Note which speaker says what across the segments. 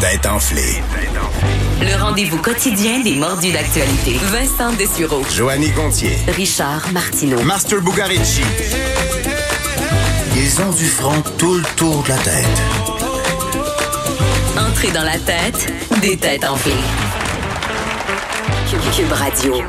Speaker 1: têtes enflées.
Speaker 2: Le rendez-vous quotidien des mordus d'actualité. Vincent Dessureau.
Speaker 1: Joanny Gontier.
Speaker 2: Richard Martineau.
Speaker 1: Master Bugarici. Ils ont du front tout le tour de la tête.
Speaker 2: Entrée dans la tête des têtes enflées. Cube- Cube Radio.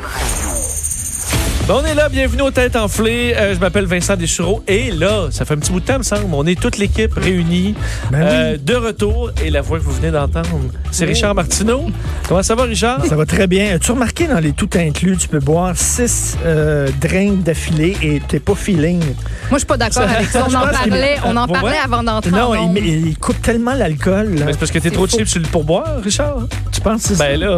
Speaker 3: Bon, Ben, on est là, bienvenue aux Têtes Enflées. Euh, je m'appelle Vincent Dessureau et là, ça fait un petit bout de temps, me semble, on est toute l'équipe réunie,
Speaker 4: Ben
Speaker 3: euh, de retour et la voix que vous venez d'entendre, c'est Richard Martineau. Comment ça va, Richard?
Speaker 4: Oh. Ça va très bien. As-tu remarqué dans les tout inclus, tu peux boire six euh, drains d'affilée et t'es pas feeling.
Speaker 5: Moi, je suis pas d'accord avec ça. On
Speaker 4: Je
Speaker 5: en
Speaker 4: pense qu'il-
Speaker 5: parlait, on en
Speaker 3: Ouais,
Speaker 5: parlait
Speaker 3: ouais.
Speaker 5: avant d'entrer.
Speaker 4: Non,
Speaker 5: en onde.
Speaker 4: il, il coupe tellement l'alcool. là.
Speaker 3: Mais Ben, c'est parce que t'es trop
Speaker 5: faux.
Speaker 3: cheap sur le pourboire, Richard?
Speaker 4: Tu penses que c'est
Speaker 3: Ben
Speaker 4: ça?
Speaker 3: là,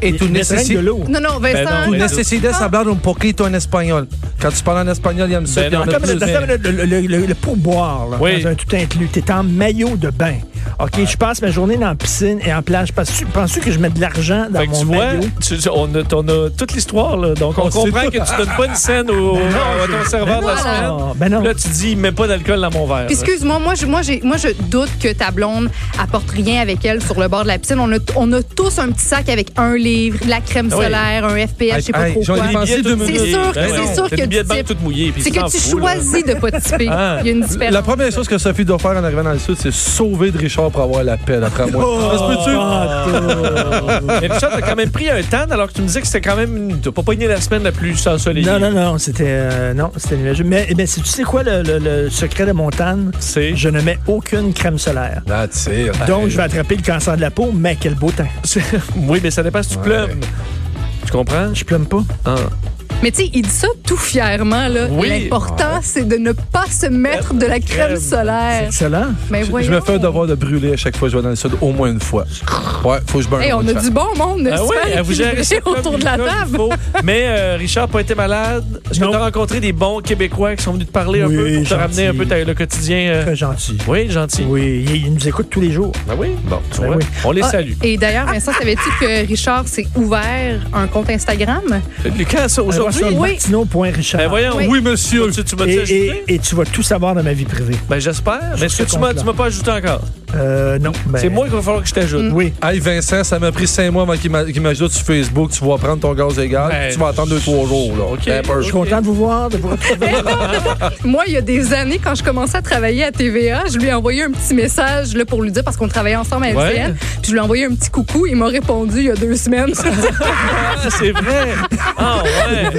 Speaker 6: Et
Speaker 4: Il-
Speaker 6: tu
Speaker 4: il met rien
Speaker 6: nécessites,
Speaker 4: de l'eau.
Speaker 5: Non, non,
Speaker 3: Ben non, ben
Speaker 5: Vincent.
Speaker 3: non.
Speaker 6: nécessites hablar un poquito en espagnol. Quand tu parles en espagnol, il aime ça.
Speaker 3: Ben
Speaker 6: puis
Speaker 3: non.
Speaker 6: il y en a
Speaker 4: Attends une minute,
Speaker 6: plus.
Speaker 4: attends une minute, le, le- le- le pourboire, là,
Speaker 3: Oui.
Speaker 4: dans un tout inclus, t'es en maillot de bain. OK, je passe ma journée dans la piscine et en plage. Penses-tu penses-tu que je mets de l'argent dans
Speaker 3: fait que
Speaker 4: mon
Speaker 3: tu vois,
Speaker 4: maillot?
Speaker 3: tu- tu- on, a, on a toute l'histoire, là, donc on,
Speaker 4: On sait
Speaker 3: comprend
Speaker 4: tout.
Speaker 3: que tu donnes pas une scène au, à ton serveur de la
Speaker 5: non.
Speaker 3: semaine.
Speaker 4: Ah, ben non.
Speaker 3: Là, tu dis, mets pas d'alcool dans mon verre.
Speaker 5: Puis Excuse-moi, moi, je- moi, j'ai- moi, je doute que ta blonde apporte rien avec elle sur le bord de la piscine. On a, on a tous un petit sac avec un livre, de la crème
Speaker 3: Ah oui.
Speaker 5: solaire, un FPS, je sais pas
Speaker 6: Hey,
Speaker 5: trop
Speaker 6: j'en ai
Speaker 5: quoi.
Speaker 6: pensé
Speaker 3: Billets
Speaker 6: deux
Speaker 3: tout
Speaker 6: minutes.
Speaker 5: C'est
Speaker 3: mouillés.
Speaker 5: sûr-
Speaker 3: Ben
Speaker 5: c'est
Speaker 3: non,
Speaker 5: sûr
Speaker 3: t'as
Speaker 5: que
Speaker 3: des billets de
Speaker 5: tu
Speaker 3: banque
Speaker 5: types.
Speaker 3: toutes mouillées. puis
Speaker 5: C'est
Speaker 3: t'en
Speaker 5: que tu
Speaker 3: fous, là.
Speaker 5: choisis de pas tiper.
Speaker 3: Ah.
Speaker 5: Il y a une
Speaker 6: La
Speaker 5: différence.
Speaker 6: première chose que Sophie doit faire en arrivant dans le sud, c'est sauver de Richard pour avoir la paix, d'après moi. Ça
Speaker 3: Oh.
Speaker 6: se peut-tu?
Speaker 4: Ah,
Speaker 3: Ah. Mais Richard, t'as quand même pris un temps alors que tu me disais que c'était quand même. T'as pas pogné la semaine la plus ensoleillée.
Speaker 4: Non, non, non, c'était euh, non, c'était nuageux. Mais, mais tu sais quoi le, le- le secret de Montagne?
Speaker 3: C'est.
Speaker 4: Je ne mets aucune crème solaire.
Speaker 6: That's it.
Speaker 4: Donc,
Speaker 6: Hey.
Speaker 4: je vais attraper le cancer de la peau, mais quel beau temps.
Speaker 3: Oui, mais ça dépend si tu
Speaker 6: Ouais.
Speaker 3: plumes. Tu comprends?
Speaker 4: Je plume pas.
Speaker 3: Ah.
Speaker 5: Mais tu sais, il dit ça tout fièrement. là.
Speaker 3: Oui.
Speaker 5: L'important, c'est de ne pas se mettre de la crème
Speaker 3: crème.
Speaker 5: solaire.
Speaker 4: Excellent.
Speaker 3: Euh.
Speaker 5: Mais
Speaker 6: Je- Je
Speaker 5: Ben voyons.
Speaker 6: me fais un devoir de brûler à chaque fois que je vais dans le sud, au moins une fois. Ouais, faut que je burn.
Speaker 5: Hey, on a du bon monde, n'est-ce
Speaker 3: Ah oui,
Speaker 5: pas,
Speaker 3: elle vous gérez ça
Speaker 5: équilibré
Speaker 3: comme
Speaker 5: autour de
Speaker 3: il-
Speaker 5: la
Speaker 3: comme il
Speaker 5: table.
Speaker 3: faut. Mais euh, Richard n'a pas été malade. Est-ce que
Speaker 4: Non.
Speaker 3: t'as rencontré des bons Québécois qui sont venus te parler un
Speaker 4: Oui,
Speaker 3: peu pour te ramener
Speaker 4: gentil.
Speaker 3: un peu ta- le quotidien? euh?
Speaker 4: Très gentil.
Speaker 3: Oui, gentil.
Speaker 4: Oui, il, il nous écoute tous les jours.
Speaker 3: Ben oui. Bon, tu
Speaker 4: Ben
Speaker 3: vois.
Speaker 4: oui.
Speaker 3: On les
Speaker 5: Ah,
Speaker 3: salue.
Speaker 5: Et d'ailleurs, Vincent, savais-tu que Richard s'est ouvert un compte Instagram?
Speaker 4: Euh,
Speaker 3: Lucas, ça, aujourd'hui.
Speaker 4: Allez
Speaker 5: oui.
Speaker 4: voir sur martineau.richard.
Speaker 3: Ben voyons.
Speaker 5: Oui.
Speaker 3: Oui, monsieur. Tu, tu m'as
Speaker 4: Et,
Speaker 3: déjà
Speaker 4: et-
Speaker 3: ajouté?
Speaker 4: et tu vas tout savoir dans ma vie privée.
Speaker 3: Ben j'espère. Mais est-ce
Speaker 4: ce
Speaker 3: que tu m'as
Speaker 4: compte-là.
Speaker 3: tu m'as pas ajouté encore?
Speaker 4: Euh, non. ben-
Speaker 3: C'est moi qu'il va falloir que je t'ajoute.
Speaker 5: Mm.
Speaker 4: Oui.
Speaker 6: Hey Vincent, ça m'a pris cinq mois avant qu'il m'a- qu'il m'ajoute sur Facebook. Tu vas prendre ton gaz égal.
Speaker 3: Hey.
Speaker 6: Tu vas attendre deux, trois jours. Là.
Speaker 3: Ben, OK.
Speaker 6: Ben,
Speaker 4: Je suis content de vous voir, de vous retrouver.
Speaker 5: Moi, il y a des années, quand je commençais à travailler à TVA, je lui ai envoyé un petit message là, pour lui dire, parce qu'on travaillait ensemble à
Speaker 3: Ouais.
Speaker 5: LCN, puis je lui ai envoyé un petit coucou. Il m'a répondu il y a deux semaines.
Speaker 3: Ah, c'est vrai! Ah ouais!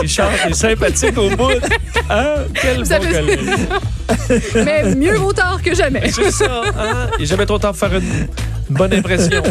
Speaker 3: Richard, t'es sympathique au bout. Hein? Quel bon
Speaker 5: avez-
Speaker 3: collègue.
Speaker 5: Mais mieux vaut tard que jamais.
Speaker 3: C'est ça, hein? Il est jamais trop tard pour faire une bonne impression.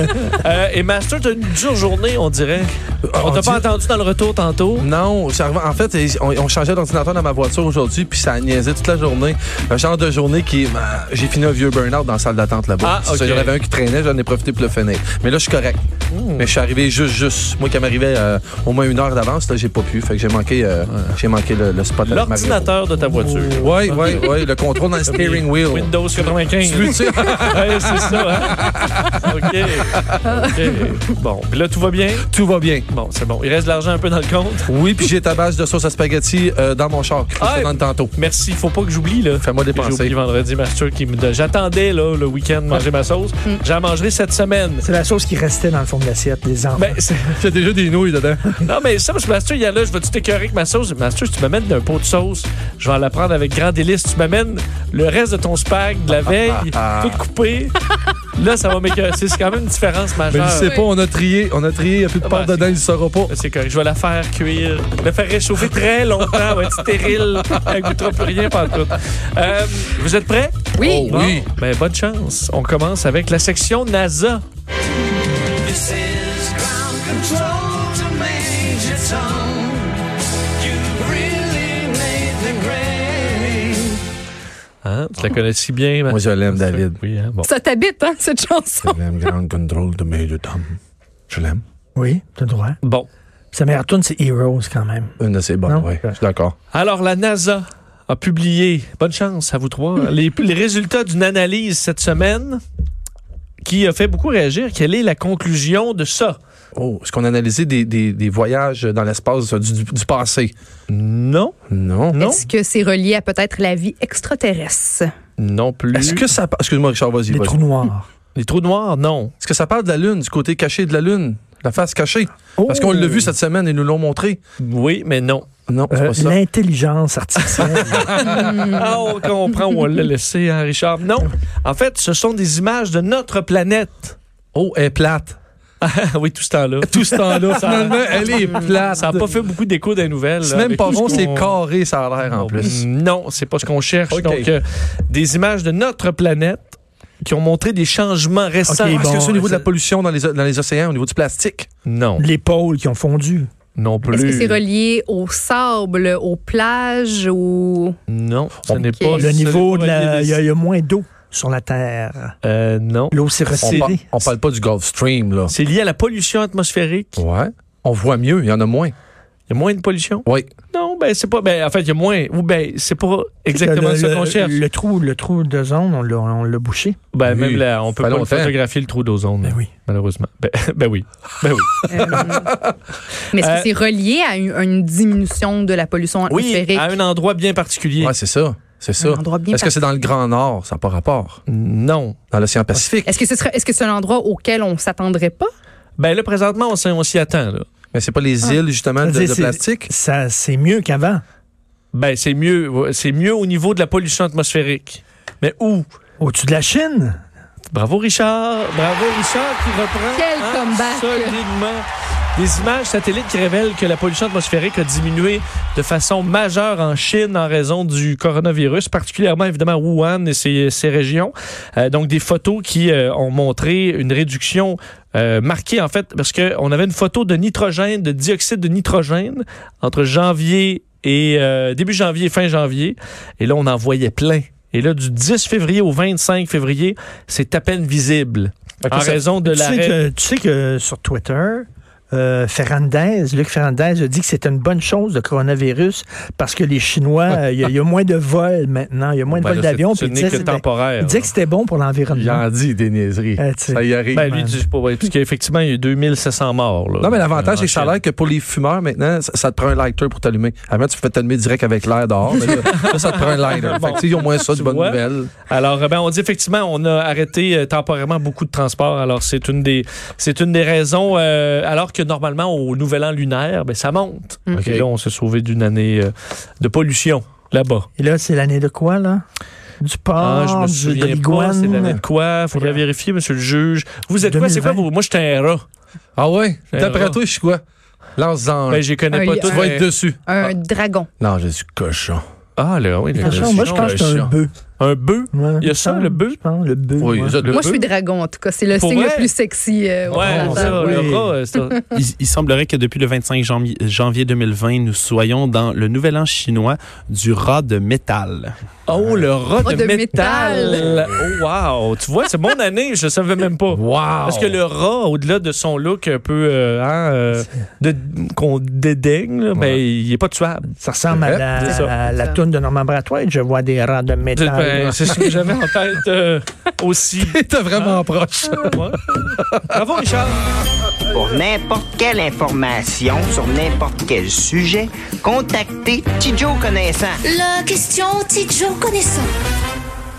Speaker 3: Euh, et Master, t'as une dure journée, on dirait. On t'a
Speaker 6: Euh, dit-
Speaker 3: pas entendu dans le retour tantôt.
Speaker 6: Non, j'arrivais- en fait, ils- on, on changeait d'ordinateur dans ma voiture aujourd'hui, puis ça niaisait toute la journée. Un genre de journée qui. bah, j'ai fini un vieux burn-out dans la salle d'attente là-bas.
Speaker 3: Ah,
Speaker 6: C'est ça,
Speaker 3: ok.
Speaker 6: Il y en avait un qui traînait, j'en ai profité pour le finir. Mais là, je suis correct.
Speaker 3: Hmm.
Speaker 6: Mais je suis arrivé juste, juste. Moi qui m'arrivais euh, au moins une heure d'avance, là, j'ai pas pu. Fait que j'ai manqué, euh, j'ai manqué le, le spot avec Mario. Oh.
Speaker 3: L'ordinateur de ta voiture.
Speaker 6: Oui, oui, oui. Le contrôle dans le steering wheel.
Speaker 3: Windows 95.
Speaker 6: Tu- tu sais,
Speaker 3: Ouais, c'est ça, hein? OK. OK. Bon, puis là, tout va bien?
Speaker 6: Tout va bien.
Speaker 3: Bon, c'est bon. Il reste de l'argent un peu dans le compte.
Speaker 6: Oui, puis j'ai ta base de sauce à spaghetti euh, dans mon char. que Je
Speaker 3: Ah,
Speaker 6: te donne tantôt.
Speaker 3: Merci. Faut pas que j'oublie, là.
Speaker 6: Fais-moi
Speaker 3: J'ai
Speaker 6: dépenser.
Speaker 3: oublié vendredi, Master, qui me donne- J'attendais, là, le week-end, manger ma sauce. J'en mangerai cette semaine.
Speaker 4: C'est la sauce qui restait dans le fond de l'assiette, les enfants.
Speaker 3: Ben, c'est-
Speaker 6: Il y a déjà des nouilles dedans.
Speaker 3: non, mais ça, parce que Master, il y a là, je vais-tu t'écœurer avec ma sauce? Master, si tu m'amènes d'un pot de sauce, je vais en la prendre avec grand délice. Tu m'amènes le reste de ton spag de la veille,
Speaker 6: ah, ah.
Speaker 3: tout coupé. là, ça va m'écœurer. C'est c'est quand même une différence
Speaker 6: Mais
Speaker 3: majeure.
Speaker 6: il sait
Speaker 5: oui.
Speaker 6: pas, on a trié, on a trié, il n'y a plus de
Speaker 3: Ah,
Speaker 6: part
Speaker 3: ben,
Speaker 6: dedans, il ne saura pas.
Speaker 3: C'est correct. Je vais la faire cuire, la faire réchauffer très longtemps, elle va être stérile, elle goûtera plus rien partout. Euh, vous êtes prêts?
Speaker 5: Oui.
Speaker 6: Oh, oui.
Speaker 3: Ben, bonne chance. On commence avec la section NASA. Hein? Tu la connais si bien,
Speaker 6: Moi, je l'aime, David.
Speaker 3: Oui, hein? bon.
Speaker 5: Ça t'habite, hein, cette chanson.
Speaker 6: l'aime, Grand Control de Major Tom. Je l'aime.
Speaker 4: Oui, t'as le droit.
Speaker 3: Bon.
Speaker 4: Sa meilleure tune, c'est Heroes quand même.
Speaker 6: Une de ses bonnes,
Speaker 4: Non?
Speaker 6: oui. Je suis d'accord.
Speaker 3: Alors, la NASA a publié, bonne chance à vous trois, les, les résultats d'une analyse cette semaine qui a fait beaucoup réagir. Quelle est la conclusion de ça?
Speaker 6: Oh, est-ce qu'on a analysé des, des- des voyages dans l'espace euh, du, du- du passé?
Speaker 3: Non.
Speaker 6: Non.
Speaker 3: Non.
Speaker 5: Est-ce que c'est relié à peut-être la vie extraterrestre?
Speaker 3: Non plus.
Speaker 6: Est-ce que ça. pa- Excuse-moi, Richard, vas-y.
Speaker 4: Les
Speaker 6: vas-y.
Speaker 4: trous noirs.
Speaker 3: Les trous noirs, non.
Speaker 6: Est-ce que ça parle de la Lune, du côté caché de la Lune? La face cachée? Parce qu'on l'a vu cette semaine, ils nous l'ont montré.
Speaker 3: Oui, mais non.
Speaker 6: Non, c'est
Speaker 4: Euh,
Speaker 6: pas ça.
Speaker 4: L'intelligence artificielle.
Speaker 3: Ah, on comprend où on l'a laissé, hein, Richard. Non. En fait, ce sont des images de notre planète.
Speaker 6: Oh, elle est plate.
Speaker 3: Ah oui, tout ce temps-là.
Speaker 6: Tout ce temps-là,
Speaker 3: Ça-
Speaker 6: finalement, elle est plate.
Speaker 3: Ça n'a pas fait beaucoup d'écho des nouvelles.
Speaker 6: C'est
Speaker 3: là,
Speaker 6: même
Speaker 3: avec
Speaker 6: pas
Speaker 3: tout
Speaker 6: rond,
Speaker 3: ce
Speaker 6: c'est
Speaker 3: qu'on-
Speaker 6: carré, ça a l'air en plus.
Speaker 3: Ah Mm, Non, c'est pas ce qu'on cherche.
Speaker 6: Ok.
Speaker 3: Donc, euh, des images de notre planète qui ont montré des changements récents.
Speaker 4: Ok,
Speaker 6: Ah, Est-ce que
Speaker 4: bon,
Speaker 6: c'est au niveau de la
Speaker 3: ça-
Speaker 6: pollution dans les, o- dans les océans, au niveau du plastique?
Speaker 3: Non,
Speaker 4: les pôles qui ont fondu.
Speaker 3: non plus.
Speaker 5: Est-ce que c'est relié au sable, aux plages, au.
Speaker 3: Non, ce
Speaker 5: On-
Speaker 3: n'est
Speaker 5: Ok.
Speaker 3: pas
Speaker 5: Ce
Speaker 4: Le
Speaker 3: ce
Speaker 4: niveau
Speaker 3: n'est
Speaker 4: de
Speaker 3: pas relié
Speaker 4: la.
Speaker 3: des-
Speaker 4: Il y, a- il y a moins d'eau sur la Terre.
Speaker 3: Euh, non,
Speaker 4: L'eau s'est
Speaker 6: On, par-
Speaker 4: resserrée.
Speaker 6: on parle pas du Gulf Stream, là.
Speaker 3: c'est lié à la pollution atmosphérique.
Speaker 6: Ouais. On voit mieux, il y en a moins.
Speaker 3: Il y a moins de pollution.
Speaker 6: Oui.
Speaker 3: Non, ben c'est pas. Ben en fait, il y a moins. Ou ben c'est pas exactement
Speaker 4: Le-
Speaker 3: ce
Speaker 4: le-
Speaker 3: qu'on cherche.
Speaker 4: Le trou, le trou de zone, on l'a- on l'a bouché.
Speaker 3: Ben
Speaker 6: Oui,
Speaker 3: même là, on peut
Speaker 6: fait
Speaker 3: pas le
Speaker 6: longtemps.
Speaker 3: photographier le trou d'ozone.
Speaker 4: Ben oui.
Speaker 3: Malheureusement. Ben, ben oui. Ben oui.
Speaker 5: euh, mais est-ce
Speaker 3: Euh,
Speaker 5: que c'est relié à une, à une diminution de la pollution atmosphérique?
Speaker 3: à un endroit bien particulier.
Speaker 6: Ouais, c'est ça. C'est ça.
Speaker 5: Un endroit bien
Speaker 6: Est-ce que c'est dans le Grand Nord? Ça n'a pas rapport.
Speaker 3: Non.
Speaker 6: Dans l'océan Pacifique.
Speaker 5: Est-ce que ce serait, est-ce que c'est un endroit auquel on s'attendrait pas?
Speaker 3: Ben là, présentement, on s'y- on s'y attend. Là.
Speaker 6: Mais c'est pas les
Speaker 4: Ah.
Speaker 6: îles, justement, de,
Speaker 4: C'est-
Speaker 6: de
Speaker 4: c'est-
Speaker 6: plastique?
Speaker 4: Ça, c'est mieux qu'avant.
Speaker 3: Ben c'est mieux, c'est mieux au niveau de la pollution atmosphérique. Mais où?
Speaker 4: Au-dessus de la Chine.
Speaker 3: Bravo Richard, bravo Richard qui reprend
Speaker 5: Quel comeback.
Speaker 3: solidement des images satellites qui révèlent que la pollution atmosphérique a diminué de façon majeure en Chine en raison du coronavirus, particulièrement évidemment Wuhan et ses, ses régions. Euh, donc des photos qui euh, ont montré une réduction euh, marquée en fait parce qu'on avait une photo de nitrogène, de dioxyde de nitrogène entre janvier et euh, début janvier, fin janvier, et là on en voyait plein. Et là, du 10 février au 25 février, c'est à peine visible. En
Speaker 4: ça-
Speaker 3: raison de
Speaker 4: tu, sais
Speaker 3: l'arrêt.
Speaker 4: que, tu sais que sur Twitter, euh, Ferrandez, Luc Ferrandez a dit que c'était une bonne chose le coronavirus parce que les Chinois, euh, il y, a- il y a moins de vols maintenant, il y a moins de
Speaker 3: Ben
Speaker 4: vols
Speaker 3: là,
Speaker 4: d'avion.
Speaker 3: c'est- Ce
Speaker 4: puis il
Speaker 3: n'est que
Speaker 4: disait c'était-
Speaker 3: temporaire.
Speaker 4: il disait que c'était bon pour
Speaker 6: Il
Speaker 4: l'environnement.
Speaker 6: en dit des niaiseries.
Speaker 4: Euh, tu sais.
Speaker 6: ça y arrive.
Speaker 3: Ben, lui, je sais pas, ouais, parce qu'effectivement, il y a eu 2700 morts. là.
Speaker 6: non, mais l'avantage,
Speaker 3: Euh,
Speaker 6: c'est que ça a
Speaker 3: en
Speaker 6: l'air que pour les fumeurs, maintenant, ça, ça te prend un lighter pour t'allumer. Avant, tu pouvais t'allumer direct avec l'air dehors. mais là, là, ça te prend un lighter. Fait que, tu sais, ils ont moins ça, de
Speaker 3: Tu
Speaker 6: bonnes
Speaker 3: vois?
Speaker 6: nouvelles.
Speaker 3: Chine. Alors, euh, ben, on dit effectivement, on a arrêté euh, temporairement beaucoup de transports. Alors, c'est une des, c'est une des raisons. euh, alors que normalement, au nouvel an lunaire, ben, ça monte.
Speaker 5: Mm.
Speaker 6: OK.
Speaker 3: Et là, on s'est sauvé d'une année euh, de pollution là-bas.
Speaker 4: Et là, c'est l'année de quoi, là? Du porc,
Speaker 3: Ah, je me
Speaker 4: du- de
Speaker 3: souviens pas.
Speaker 4: l'iguane.
Speaker 3: C'est l'année de quoi? Faudrait vérifier, monsieur le juge. Vous êtes quoi? C'est quoi?
Speaker 4: 2020?
Speaker 3: vous- Moi, j'étais un rat.
Speaker 6: Ah ouais?
Speaker 3: C'est
Speaker 6: D'après
Speaker 3: rare.
Speaker 6: toi, je suis quoi? Lance-en. un.
Speaker 3: Ben, je connais
Speaker 5: Un
Speaker 3: pas
Speaker 5: li-
Speaker 3: tout.
Speaker 6: tu vas être dessus.
Speaker 5: Un dragon.
Speaker 6: Non, je suis cochon.
Speaker 3: Ah, là, oui. le-
Speaker 4: Cochon, moi, je pense que c'est un bœuf.
Speaker 3: Un bœuf?
Speaker 4: Ouais,
Speaker 3: Il y a ça, le bœuf?
Speaker 4: Je pense, le bœuf.
Speaker 6: Oui,
Speaker 4: ouais.
Speaker 6: ça, le
Speaker 5: Moi,
Speaker 6: peu.
Speaker 5: je suis dragon, en tout cas. C'est le
Speaker 3: E? Pour
Speaker 5: signe
Speaker 3: vrai?
Speaker 5: le plus sexy. euh, au
Speaker 3: Ouais,
Speaker 5: Canada.
Speaker 3: ça,
Speaker 4: oui.
Speaker 3: le rat, euh, c'est un-
Speaker 7: Il, il semblerait que depuis le 25 janvier, janvier 2020, nous soyons dans le nouvel an chinois du rat de métal.
Speaker 3: Oh, le rat
Speaker 5: Rat
Speaker 3: de,
Speaker 5: de
Speaker 3: métal. Oh, wow! Tu vois, c'est mon année, je savais même pas.
Speaker 6: Wow!
Speaker 3: Parce que le rat, au-delà de son look un peu euh, hein, euh, de- qu'on dédaigne, là, ben, il est pas tuable.
Speaker 4: Ça ressemble à
Speaker 6: Ouais,
Speaker 4: la,
Speaker 3: c'est ça.
Speaker 4: à la toune de Norman Brathwaite. Je vois des rangs de
Speaker 3: C'est
Speaker 4: métal.
Speaker 3: ben, c'est ce que j'avais en tête euh, aussi.
Speaker 6: T'es vraiment proche.
Speaker 3: Ouais. Bravo, Richard!
Speaker 8: Pour n'importe quelle information sur n'importe quel sujet, contactez Tidjo Connaissant.
Speaker 9: La question Tidjo connaissant.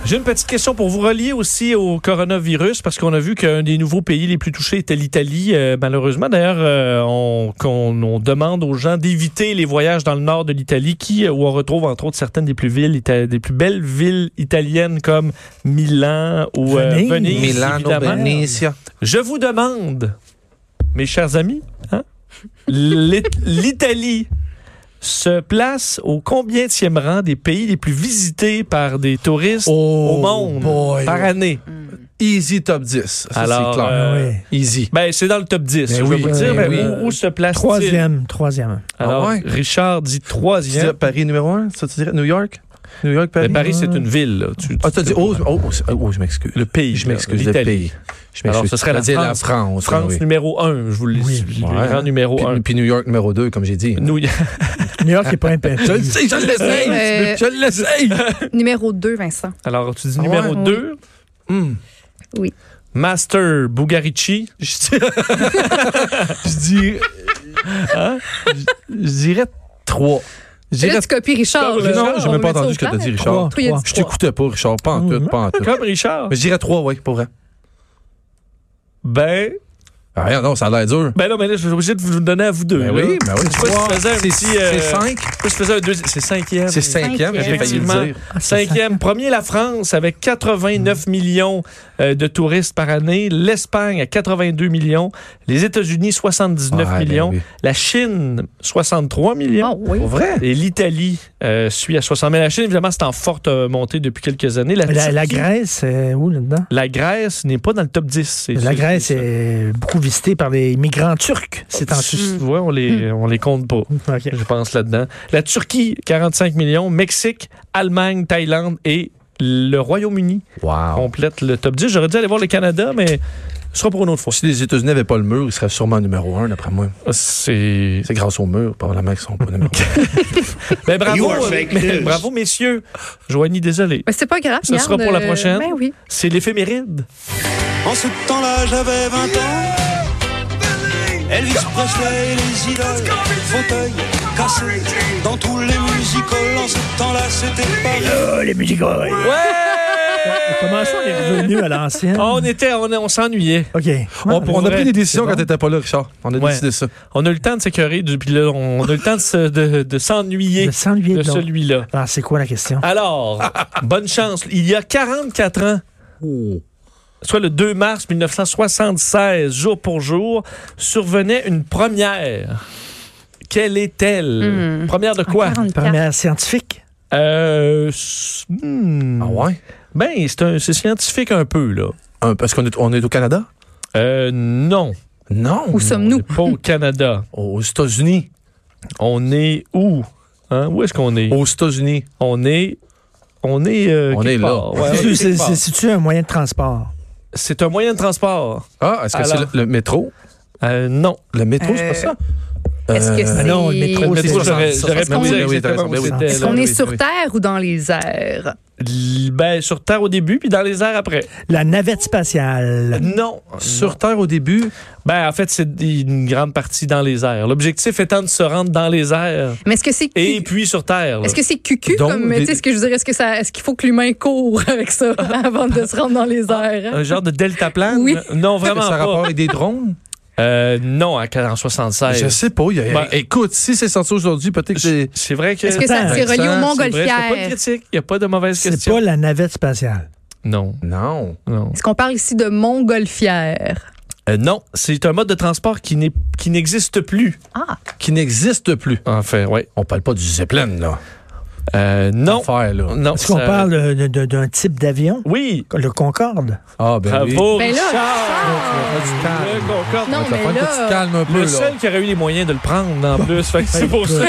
Speaker 3: J'ai une petite question pour vous relier aussi au coronavirus parce qu'on a vu qu'un des nouveaux pays les plus touchés était l'Italie. euh, malheureusement, d'ailleurs, euh, on, qu'on- on demande aux gens d'éviter les voyages dans le nord de l'Italie, qui euh, où on retrouve entre autres certaines des plus villes, ita- des plus belles villes italiennes comme Milan ou euh,
Speaker 4: Venise.
Speaker 3: Venise.
Speaker 6: Milano,
Speaker 3: évidemment.
Speaker 6: Benicia.
Speaker 3: Je vous demande, mes chers amis, hein, l'It- l'Italie se place au combienième rang des pays les plus visités par des touristes
Speaker 6: Oh
Speaker 3: au monde
Speaker 6: boy.
Speaker 3: par année?
Speaker 6: Easy top 10. Ça,
Speaker 3: Alors,
Speaker 6: c'est clair.
Speaker 3: euh,
Speaker 4: Ouais.
Speaker 6: Easy.
Speaker 3: Ben, c'est dans le top 10.
Speaker 6: Ben
Speaker 3: je
Speaker 6: oui,
Speaker 3: vais vous dire
Speaker 6: ben
Speaker 3: ben,
Speaker 6: oui.
Speaker 3: où, où se place
Speaker 4: Troisième, troisième.
Speaker 3: Alors,
Speaker 6: Ah ouais?
Speaker 3: Richard dit
Speaker 6: Tu dirais
Speaker 3: troisième.
Speaker 6: Paris numéro 1, ça tu dirais New York? New York, Paris?
Speaker 3: Mais Paris, c'est une ville. là. Tu- tu-
Speaker 6: Ah, t'as dit, oh, oh, oh, oh, je m'excuse.
Speaker 3: Le pays,
Speaker 6: Je
Speaker 3: là,
Speaker 6: m'excuse, le
Speaker 3: l'Italie.
Speaker 6: pays. Je m'excuse.
Speaker 3: Alors, ce serait
Speaker 6: T'as
Speaker 3: la
Speaker 6: dit
Speaker 3: France.
Speaker 6: hein. France.
Speaker 3: France
Speaker 6: oui.
Speaker 3: numéro 1, je vous le dis. le
Speaker 6: Ouais.
Speaker 3: grand numéro
Speaker 6: Puis,
Speaker 3: 1.
Speaker 6: puis New York numéro 2, comme j'ai dit.
Speaker 3: Nous,
Speaker 4: New York n'est pas un pays.
Speaker 6: Je le sais, je l'essaye!
Speaker 5: Euh,
Speaker 6: Je l'essaye!
Speaker 5: Numéro 2, Vincent.
Speaker 3: alors,
Speaker 6: Ah
Speaker 3: tu dis numéro
Speaker 5: ouais?
Speaker 3: 2.
Speaker 6: Hum.
Speaker 5: Oui.
Speaker 3: Master Bugarici.
Speaker 6: Je dis- je dirais. Je je dirais 3. Je
Speaker 5: Là,
Speaker 6: dirais
Speaker 5: tu copies Richard. là.
Speaker 6: Non, j'ai
Speaker 5: On
Speaker 6: même pas
Speaker 5: met ça
Speaker 6: entendu
Speaker 5: au
Speaker 6: ce que t'as
Speaker 5: clair.
Speaker 6: dit, Richard.
Speaker 5: Toi, il a dit
Speaker 6: Mm-hmm. Je t'écoutais pas, Richard. Pas en tout, pas en tout.
Speaker 3: Comme Richard.
Speaker 6: Mais je dirais 3, oui, pour vrai.
Speaker 3: Ben,
Speaker 6: Ah, rien, non, ça a l'air dur.
Speaker 3: ben non, mais là, je suis obligé de vous le donner à vous deux.
Speaker 6: Ben
Speaker 3: là.
Speaker 6: oui, ben oui.
Speaker 3: Je sais pas si tu faisais un
Speaker 6: C'est
Speaker 3: petit, euh,
Speaker 6: c'est
Speaker 3: Moi,
Speaker 6: cinq,
Speaker 3: je faisais un deuxième. C'est cinquième.
Speaker 6: c'est cinquième, j'ai failli le
Speaker 3: Effectivement.
Speaker 6: dire. Ah,
Speaker 3: Cinquième. Premier, la France avec
Speaker 6: Hmm.
Speaker 3: 89 millions euh, de touristes par année. L'Espagne à 82 millions. Les États-Unis, 79
Speaker 6: Ouais, ben
Speaker 3: millions.
Speaker 6: oui.
Speaker 3: La Chine, 63 millions.
Speaker 5: Oh, oui.
Speaker 6: Pour vrai?
Speaker 3: Et l'Italie euh, suit à 60 000. La Chine, évidemment, c'est en forte euh, montée depuis quelques années. La,
Speaker 4: La, la
Speaker 3: Turquie-
Speaker 4: Grèce, c'est où là-dedans?
Speaker 3: la Grèce n'est pas dans le top 10. c'est-
Speaker 4: La
Speaker 3: c'est-
Speaker 4: Grèce
Speaker 3: c'est-
Speaker 4: est beaucoup visitée par les migrants turcs. C'est en
Speaker 3: Tu vois, Mmh. on les, on les compte pas.
Speaker 4: Ok.
Speaker 3: je pense, là-dedans. La Turquie, 45 millions. Mexique, Allemagne, Thaïlande et le Royaume-Uni
Speaker 6: Wow.
Speaker 3: complètent le top 10. J'aurais dû aller voir le Canada, mais ce sera pour une autre fois.
Speaker 6: Si les États-Unis n'avaient pas le mur, ils seraient sûrement numéro un, d'après moi.
Speaker 3: C'est.
Speaker 6: C'est grâce au mur, probablement qu'ils sont pas numéro un.
Speaker 3: Ben, bravo,
Speaker 1: You are
Speaker 3: euh,
Speaker 1: fake
Speaker 3: mais-
Speaker 1: news.
Speaker 3: bravo, messieurs. Joanie, désolé.
Speaker 5: Mais c'est pas grave.
Speaker 3: Ce sera pour la
Speaker 5: euh,
Speaker 3: prochaine.
Speaker 5: ben oui.
Speaker 3: C'est l'éphéméride.
Speaker 10: En ce temps-là, j'avais 20 ans. Elvis Presley, les idoles, fauteuils cassés dans tous les musicals. En ce temps-là, c'était pas
Speaker 4: Oh,
Speaker 3: Ouais!
Speaker 4: Comment ça, on est revenu à l'ancienne?
Speaker 5: Ah.
Speaker 3: on était, on, on s'ennuyait.
Speaker 4: OK.
Speaker 3: Oh. On-
Speaker 4: Ouais,
Speaker 3: Pour
Speaker 6: On a
Speaker 3: vrai,
Speaker 6: pris des décisions
Speaker 3: c'est
Speaker 6: quand
Speaker 3: bon.
Speaker 6: t'étais pas là, Richard. On a
Speaker 3: Ouais.
Speaker 6: décidé ça.
Speaker 3: On a eu le temps de s'écœurer, depuis là, on a eu le temps de se- de- de s'ennuyer
Speaker 4: mais sans lui,
Speaker 3: de
Speaker 4: non.
Speaker 3: celui-là.
Speaker 4: Alors, Ah, c'est quoi la question?
Speaker 3: Alors, bonne chance. Il y a 44 ans, Oh. soit le 2 mars 1976, jour pour jour, survenait une première. Quelle est-elle?
Speaker 5: Hmm.
Speaker 3: Première de
Speaker 5: En
Speaker 3: quoi?
Speaker 5: 44.
Speaker 4: Première scientifique?
Speaker 3: Euh, s- hmm.
Speaker 6: Ah ouais?
Speaker 3: Ben, c'est un- c'est scientifique un peu, là.
Speaker 6: Un- parce qu'on est, on est au Canada?
Speaker 3: Euh, non.
Speaker 6: Non.
Speaker 5: Où
Speaker 3: On
Speaker 5: sommes-nous?
Speaker 3: n'est pas au Canada.
Speaker 6: Aux États-Unis.
Speaker 3: On est où? Hein? Où est-ce qu'on est?
Speaker 6: Aux États-Unis.
Speaker 3: On est... On est... euh,
Speaker 6: On
Speaker 3: quelque
Speaker 6: est là.
Speaker 3: part. Ouais, on est
Speaker 4: C'est-
Speaker 3: quelque
Speaker 4: c'est-
Speaker 3: part.
Speaker 4: c'est- C'est-tu un moyen de transport?
Speaker 3: C'est un moyen de transport.
Speaker 6: Ah, est-ce que c'est le,
Speaker 3: Alors.
Speaker 6: le métro?
Speaker 3: Euh, non.
Speaker 6: Le métro, c'est pas
Speaker 5: Euh,
Speaker 6: ça?
Speaker 5: Est-ce que
Speaker 6: Euh,
Speaker 5: c'est-
Speaker 4: non, le métro,
Speaker 3: Le
Speaker 4: c'est
Speaker 3: métro, j'aurais-
Speaker 6: ça,
Speaker 3: j'aurais
Speaker 6: ça,
Speaker 3: pas
Speaker 5: oui,
Speaker 3: dit
Speaker 6: oui, oui,
Speaker 3: exactement
Speaker 6: t'as
Speaker 3: où
Speaker 6: raison, Ben
Speaker 3: c'était,
Speaker 5: Est-ce
Speaker 3: là.
Speaker 5: qu'on
Speaker 6: oui,
Speaker 5: est
Speaker 6: oui,
Speaker 5: sur
Speaker 6: oui.
Speaker 5: Terre ou dans les airs?
Speaker 3: L- Ben, sur Terre au début, puis dans les airs après.
Speaker 4: La navette spatiale.
Speaker 3: Non.
Speaker 6: Sur Terre au début?
Speaker 3: Ben, en fait, c'est une grande partie dans les airs. L'objectif étant de se rendre dans les airs
Speaker 5: Mais est-ce que c'est
Speaker 3: et puis sur Terre. là.
Speaker 5: Est-ce que c'est cucu
Speaker 6: Donc,
Speaker 5: comme,
Speaker 6: des-
Speaker 5: tu sais, ce que je veux dire, est-ce que ça, est-ce qu'il faut que l'humain court avec ça avant de se rendre dans les airs?
Speaker 3: Un genre de deltaplane?
Speaker 5: Oui.
Speaker 3: Non,
Speaker 6: Ça
Speaker 3: vraiment
Speaker 6: a
Speaker 3: pas.
Speaker 6: rapport avec des drones?
Speaker 3: Euh, non, en, en
Speaker 6: Je
Speaker 3: 76.
Speaker 6: sais pas. il y a-
Speaker 3: Ben,
Speaker 6: écoute, si c'est sorti aujourd'hui, peut-être que c'est...
Speaker 3: C'est vrai que...
Speaker 5: Est-ce que ça
Speaker 4: Attends,
Speaker 5: s'est relié aux
Speaker 6: Vincent,
Speaker 3: euh, C'est vrai, c'est pas de
Speaker 5: montgolfières?
Speaker 3: critique. Il n'y a pas de mauvaise
Speaker 4: C'est
Speaker 3: question.
Speaker 4: pas la navette spatiale.
Speaker 3: Non,
Speaker 6: Non.
Speaker 3: non.
Speaker 5: Est-ce qu'on parle ici de montgolfière?
Speaker 3: Euh, non, c'est un mode de transport qui n'est- qui n'existe plus.
Speaker 5: Ah,
Speaker 6: Qui n'existe plus.
Speaker 3: Enfin, oui.
Speaker 6: On parle pas du Zeppelin, là.
Speaker 3: Euh, non.
Speaker 6: Affaire, là.
Speaker 3: Non,
Speaker 4: Est-ce qu'on
Speaker 3: ça-
Speaker 4: parle de- de- d'un type d'avion?
Speaker 3: Oui.
Speaker 4: Le Concorde?
Speaker 6: Ah, ben oui.
Speaker 3: Bravo,
Speaker 5: Ben là,
Speaker 3: Richard. Le Concorde.
Speaker 5: non,
Speaker 6: Ça
Speaker 5: mais
Speaker 6: prend que tu te
Speaker 5: là.
Speaker 6: calmes un peu,
Speaker 3: Le
Speaker 6: là.
Speaker 3: seul qui aurait eu les moyens de le prendre en plus. Fait que c'est pour ça.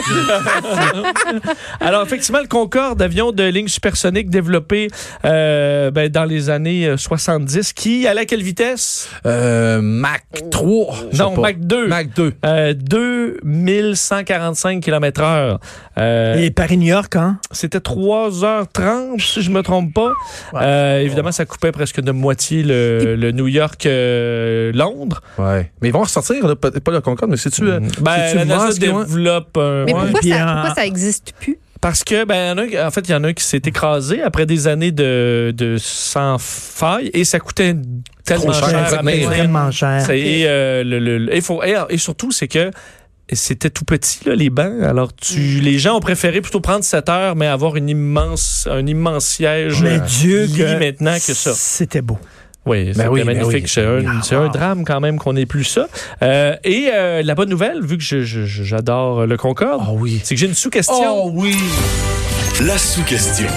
Speaker 3: Alors, effectivement, le Concorde, avion de ligne supersonique développé euh, ben, dans les années euh, 70, qui, allait à quelle vitesse?
Speaker 6: Euh, Mac 3. je sais
Speaker 3: Non,
Speaker 6: pas.
Speaker 3: Mach 2.
Speaker 6: Mac 2.
Speaker 3: Euh, 2145 km heure. Euh,
Speaker 4: Et Paris-New York, hein?
Speaker 3: C'était 3h30, si je me trompe pas. Euh, évidemment, ça coupait presque de moitié le, le New euh, York-Londres.
Speaker 6: Ouais. Mais ils vont ressortir, là, peut-être pas le Concorde, mais c'est-tu. euh,
Speaker 3: ben,
Speaker 6: c'est-tu
Speaker 3: la NASA
Speaker 6: Musk qui-
Speaker 3: développe un-
Speaker 5: Mais
Speaker 3: ouais.
Speaker 5: pourquoi
Speaker 4: puis
Speaker 5: ça,
Speaker 4: en-
Speaker 5: pourquoi ça existe plus?
Speaker 3: Parce que, ben, y en, a, un- en fait, il y en a un qui s'est écrasé après des années de, de sans faille et ça coûtait tellement
Speaker 6: Trop
Speaker 3: cher.
Speaker 6: cher, faut
Speaker 3: à
Speaker 6: tenir.
Speaker 3: maintenir.
Speaker 4: Extrêmement cher.
Speaker 3: C'est- Et, euh, le- le- le- et faut- et- et surtout, c'est que c'était tout petit, là, les bancs. Alors,
Speaker 5: Mm.
Speaker 3: tu, les gens ont préféré plutôt prendre 7 heures, mais avoir une immense, un immense siège. euh,
Speaker 4: Mais Dieu,
Speaker 3: lit
Speaker 4: que
Speaker 3: maintenant que ça.
Speaker 4: C'était beau.
Speaker 3: Oui, c'était
Speaker 6: oui, ben
Speaker 3: magnifique.
Speaker 6: oui. ah.
Speaker 3: C'est un, c'est un drame quand même qu'on n'ait plus ça. Euh, et euh, la bonne nouvelle, vu que je- je- je- j'adore euh, le Concorde,
Speaker 6: Ah oui.
Speaker 3: c'est que j'ai une sous-question.
Speaker 6: Oh oui.
Speaker 1: La sous-question.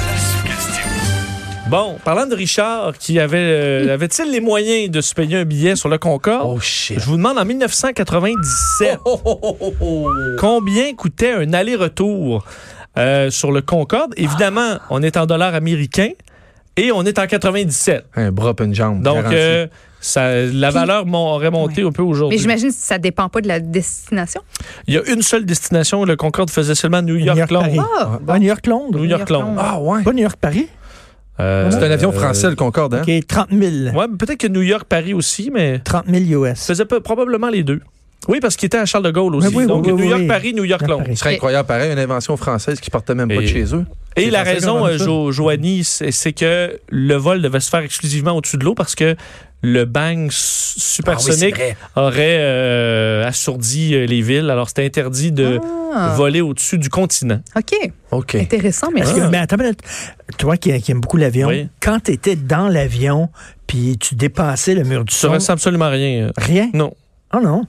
Speaker 3: Bon, parlant de Richard, qui avait, euh, avait-il les moyens de se payer un billet sur le Concorde?
Speaker 6: Oh shit.
Speaker 3: Je vous demande en 1997,
Speaker 6: Oh, oh, oh, oh, oh.
Speaker 3: combien coûtait un aller-retour euh, sur le Concorde? Évidemment, on est en dollars américains et on est en 97.
Speaker 6: Un bras pis une jambe.
Speaker 3: Donc,
Speaker 6: garanti.
Speaker 3: euh, ça, la
Speaker 5: Puis-
Speaker 3: valeur mon- aurait monté un peu
Speaker 5: Mais
Speaker 3: aujourd'hui.
Speaker 5: j'imagine que ça dépend pas de la destination.
Speaker 3: Il y a une seule destination, le Concorde faisait seulement New
Speaker 4: New
Speaker 3: York, Londres.
Speaker 4: Paris.
Speaker 5: Ah,
Speaker 4: Ah, New York-Londres.
Speaker 3: New York-Londres.
Speaker 6: Ah ouais.
Speaker 4: Pas New York-Paris. Ah.
Speaker 3: Euh,
Speaker 6: C'est un avion français, le Concorde, hein?
Speaker 4: OK, 30 000.
Speaker 3: Ouais, mais peut-être que New York-Paris aussi, mais
Speaker 4: 30 000 US.
Speaker 3: faisait peu- probablement les deux. Oui, parce qu'il était à Charles de Gaulle aussi.
Speaker 4: Mais oui, oui,
Speaker 3: Donc,
Speaker 4: oui,
Speaker 3: New
Speaker 4: oui.
Speaker 3: York-Paris, New York-Londres.
Speaker 6: Ce serait
Speaker 5: Et-
Speaker 6: incroyable, pareil, une invention française qui partait même pas
Speaker 3: Et-
Speaker 6: de chez eux.
Speaker 3: Et
Speaker 6: C'est
Speaker 3: la
Speaker 6: français qu'on
Speaker 3: raison,
Speaker 6: invente
Speaker 3: euh,
Speaker 6: ça.
Speaker 3: Jo- Joanie, c'est c'est que le vol devait se faire exclusivement au-dessus de l'eau parce que le bang s- supersonique
Speaker 4: Ah oui, Ah c'est vrai.
Speaker 3: aurait euh, assourdi euh, les villes. Alors, c'est interdit de
Speaker 5: Ah.
Speaker 3: voler au-dessus du continent.
Speaker 5: OK.
Speaker 6: OK.
Speaker 5: Intéressant, mais
Speaker 4: Est-ce
Speaker 3: Ah.
Speaker 4: que- mais attends, une minute. toi qui, qui aimes beaucoup l'avion,
Speaker 3: Oui.
Speaker 4: quand tu étais dans l'avion, puis tu dépassais le mur du
Speaker 3: Ça
Speaker 4: son,
Speaker 3: ressemble absolument à rien.
Speaker 4: rien?
Speaker 3: Non.
Speaker 4: Oh non.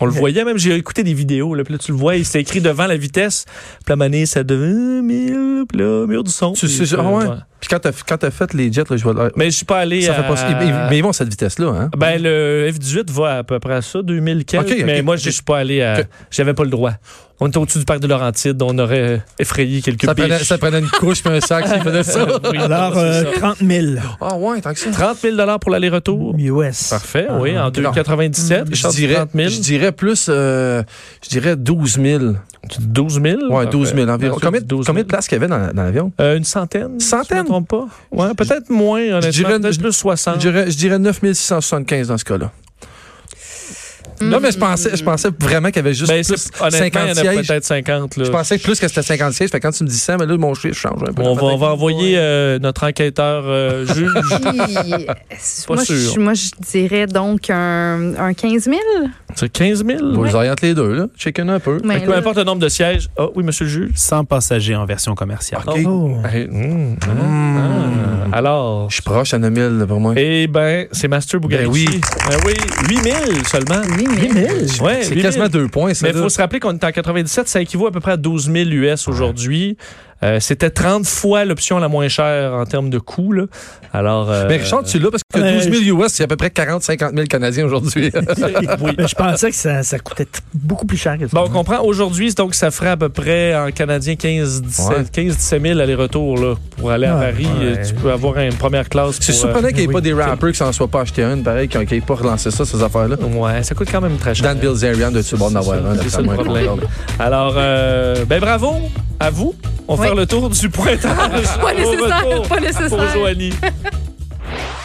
Speaker 3: On le
Speaker 4: Ok.
Speaker 3: voyait même, j'ai écouté des vidéos, là, puis là, tu le vois, il s'est écrit devant la vitesse, puis la manée, ça devient 1000, puis là, mur du son.
Speaker 6: Tu
Speaker 3: puis
Speaker 6: sais,
Speaker 3: ça-
Speaker 6: ah ouais.
Speaker 3: ouais.
Speaker 6: Puis quand t'as quand t'as fait les jets, là, je vois.
Speaker 3: Mais je suis pas allé à...
Speaker 6: ça fait pas- ils- ils- Mais ils vont à cette vitesse-là, hein?
Speaker 3: Ben, le F-18 va à peu près à ça, 2000 quelques,
Speaker 6: Ok, ok,
Speaker 3: mais moi,
Speaker 6: ok.
Speaker 3: je suis pas allé à...
Speaker 6: Ok.
Speaker 3: J'avais pas le droit. On était au-dessus du parc de Laurentides, on aurait effrayé quelques
Speaker 6: Ça prenait,
Speaker 3: biches.
Speaker 6: ça prenait une couche puis un sac s'ils faisaient ça.
Speaker 3: Oui,
Speaker 4: Alors,
Speaker 3: Ah, c'est
Speaker 4: euh,
Speaker 3: ça.
Speaker 4: 30 000
Speaker 6: Ah ouais, tant que ça.
Speaker 3: 30 000 pour l'aller-retour.
Speaker 4: US.
Speaker 3: Parfait, oui, en
Speaker 6: Ah, non.
Speaker 3: 2,97.
Speaker 6: Je dirais,
Speaker 3: 30 000.
Speaker 6: je dirais plus, euh, je dirais 12 000.
Speaker 3: 12 000.
Speaker 6: Ouais,
Speaker 3: Parfait.
Speaker 6: 12 000 environ.
Speaker 3: Ensuite,
Speaker 6: Combien,
Speaker 3: 12 000.
Speaker 6: combien de places qu'il y avait dans, dans l'avion?
Speaker 3: Euh, une centaine.
Speaker 6: Centaine?
Speaker 3: si Je me trompe pas. Ouais, peut-être moins, honnêtement.
Speaker 6: dirais-
Speaker 3: peut-être plus
Speaker 6: Je
Speaker 3: 60.
Speaker 6: dirais, je dirais 9 675 dans ce cas-là. Non, mais je pensais, je pensais vraiment qu'il y avait juste
Speaker 3: Hmm. Ben,
Speaker 6: plus
Speaker 3: c'est- honnêtement,
Speaker 6: 50
Speaker 3: il y en a
Speaker 6: sièges.
Speaker 3: peut-être 50. là.
Speaker 6: Je pensais plus que c'était 50 sièges. Fait que quand tu me dis ça, mais là, mon chiffre change un peu.
Speaker 3: On va, on va envoyer euh, notre enquêteur euh, juge.
Speaker 5: Puis, moi,
Speaker 3: sûr.
Speaker 5: je, moi, je dirais donc un, un 15 000.
Speaker 3: C'est 15 000?
Speaker 6: On les oriente les deux, là. Chicken un peu.
Speaker 5: Mais
Speaker 3: Fait que peu
Speaker 5: là-
Speaker 3: importe le nombre de sièges. Ah oui, monsieur le juge.
Speaker 7: 100 passagers en version commerciale.
Speaker 6: OK.
Speaker 4: Oh.
Speaker 3: Eh, hmm, ah, ah. Alors,
Speaker 6: Je suis proche à 9 000, pour moi.
Speaker 3: eh ben, c'est Master Bugatti.
Speaker 6: Ben oui.
Speaker 3: Ben oui, 8 000 seulement.
Speaker 4: 8 000?
Speaker 3: Ouais,
Speaker 6: C'est
Speaker 3: 8 000.
Speaker 6: quasiment deux points, ça.
Speaker 3: ben, Mais il
Speaker 6: là.
Speaker 3: faut se rappeler qu'on est en 97, ça équivaut à peu près à 12 000 US aujourd'hui. Euh, C'était 30 fois l'option la moins chère en termes de coût. là. Alors, euh,
Speaker 6: Mais Richard, tu l'as parce que
Speaker 4: Mais
Speaker 6: 12 000 US, c'est à peu près 40-50 000 Canadiens aujourd'hui.
Speaker 3: oui.
Speaker 4: Ben, Je pensais que ça, ça coûtait t- beaucoup plus cher que ça.
Speaker 3: Bon, on comprend. Aujourd'hui, donc, ça ferait à peu près en canadien 15-17
Speaker 6: Ouais.
Speaker 3: 15-17 000 aller-retour là, pour aller à
Speaker 4: Ouais.
Speaker 3: Paris.
Speaker 6: Ouais.
Speaker 3: euh, Tu peux avoir une première classe. pour,
Speaker 6: C'est
Speaker 3: euh,
Speaker 6: surprenant qu'il n'y ait
Speaker 4: oui.
Speaker 6: pas des rappers qui s'en soient pas acheté une, pareil, qui n'aient pas relancé ça, ces affaires-là.
Speaker 3: Ouais, ça coûte quand même très cher.
Speaker 6: Dan Bilzerian de dessus bord d'en avoir un,
Speaker 3: C'est ça
Speaker 6: d'après
Speaker 3: le
Speaker 6: moi.
Speaker 3: problème. Alors, euh, ben bravo à vous. On va
Speaker 5: Oui.
Speaker 3: faire le tour du pointage.
Speaker 5: Pas
Speaker 3: Au
Speaker 5: nécessaire,
Speaker 3: retour
Speaker 5: pas
Speaker 3: Pour
Speaker 5: nécessaire.
Speaker 3: Joanie.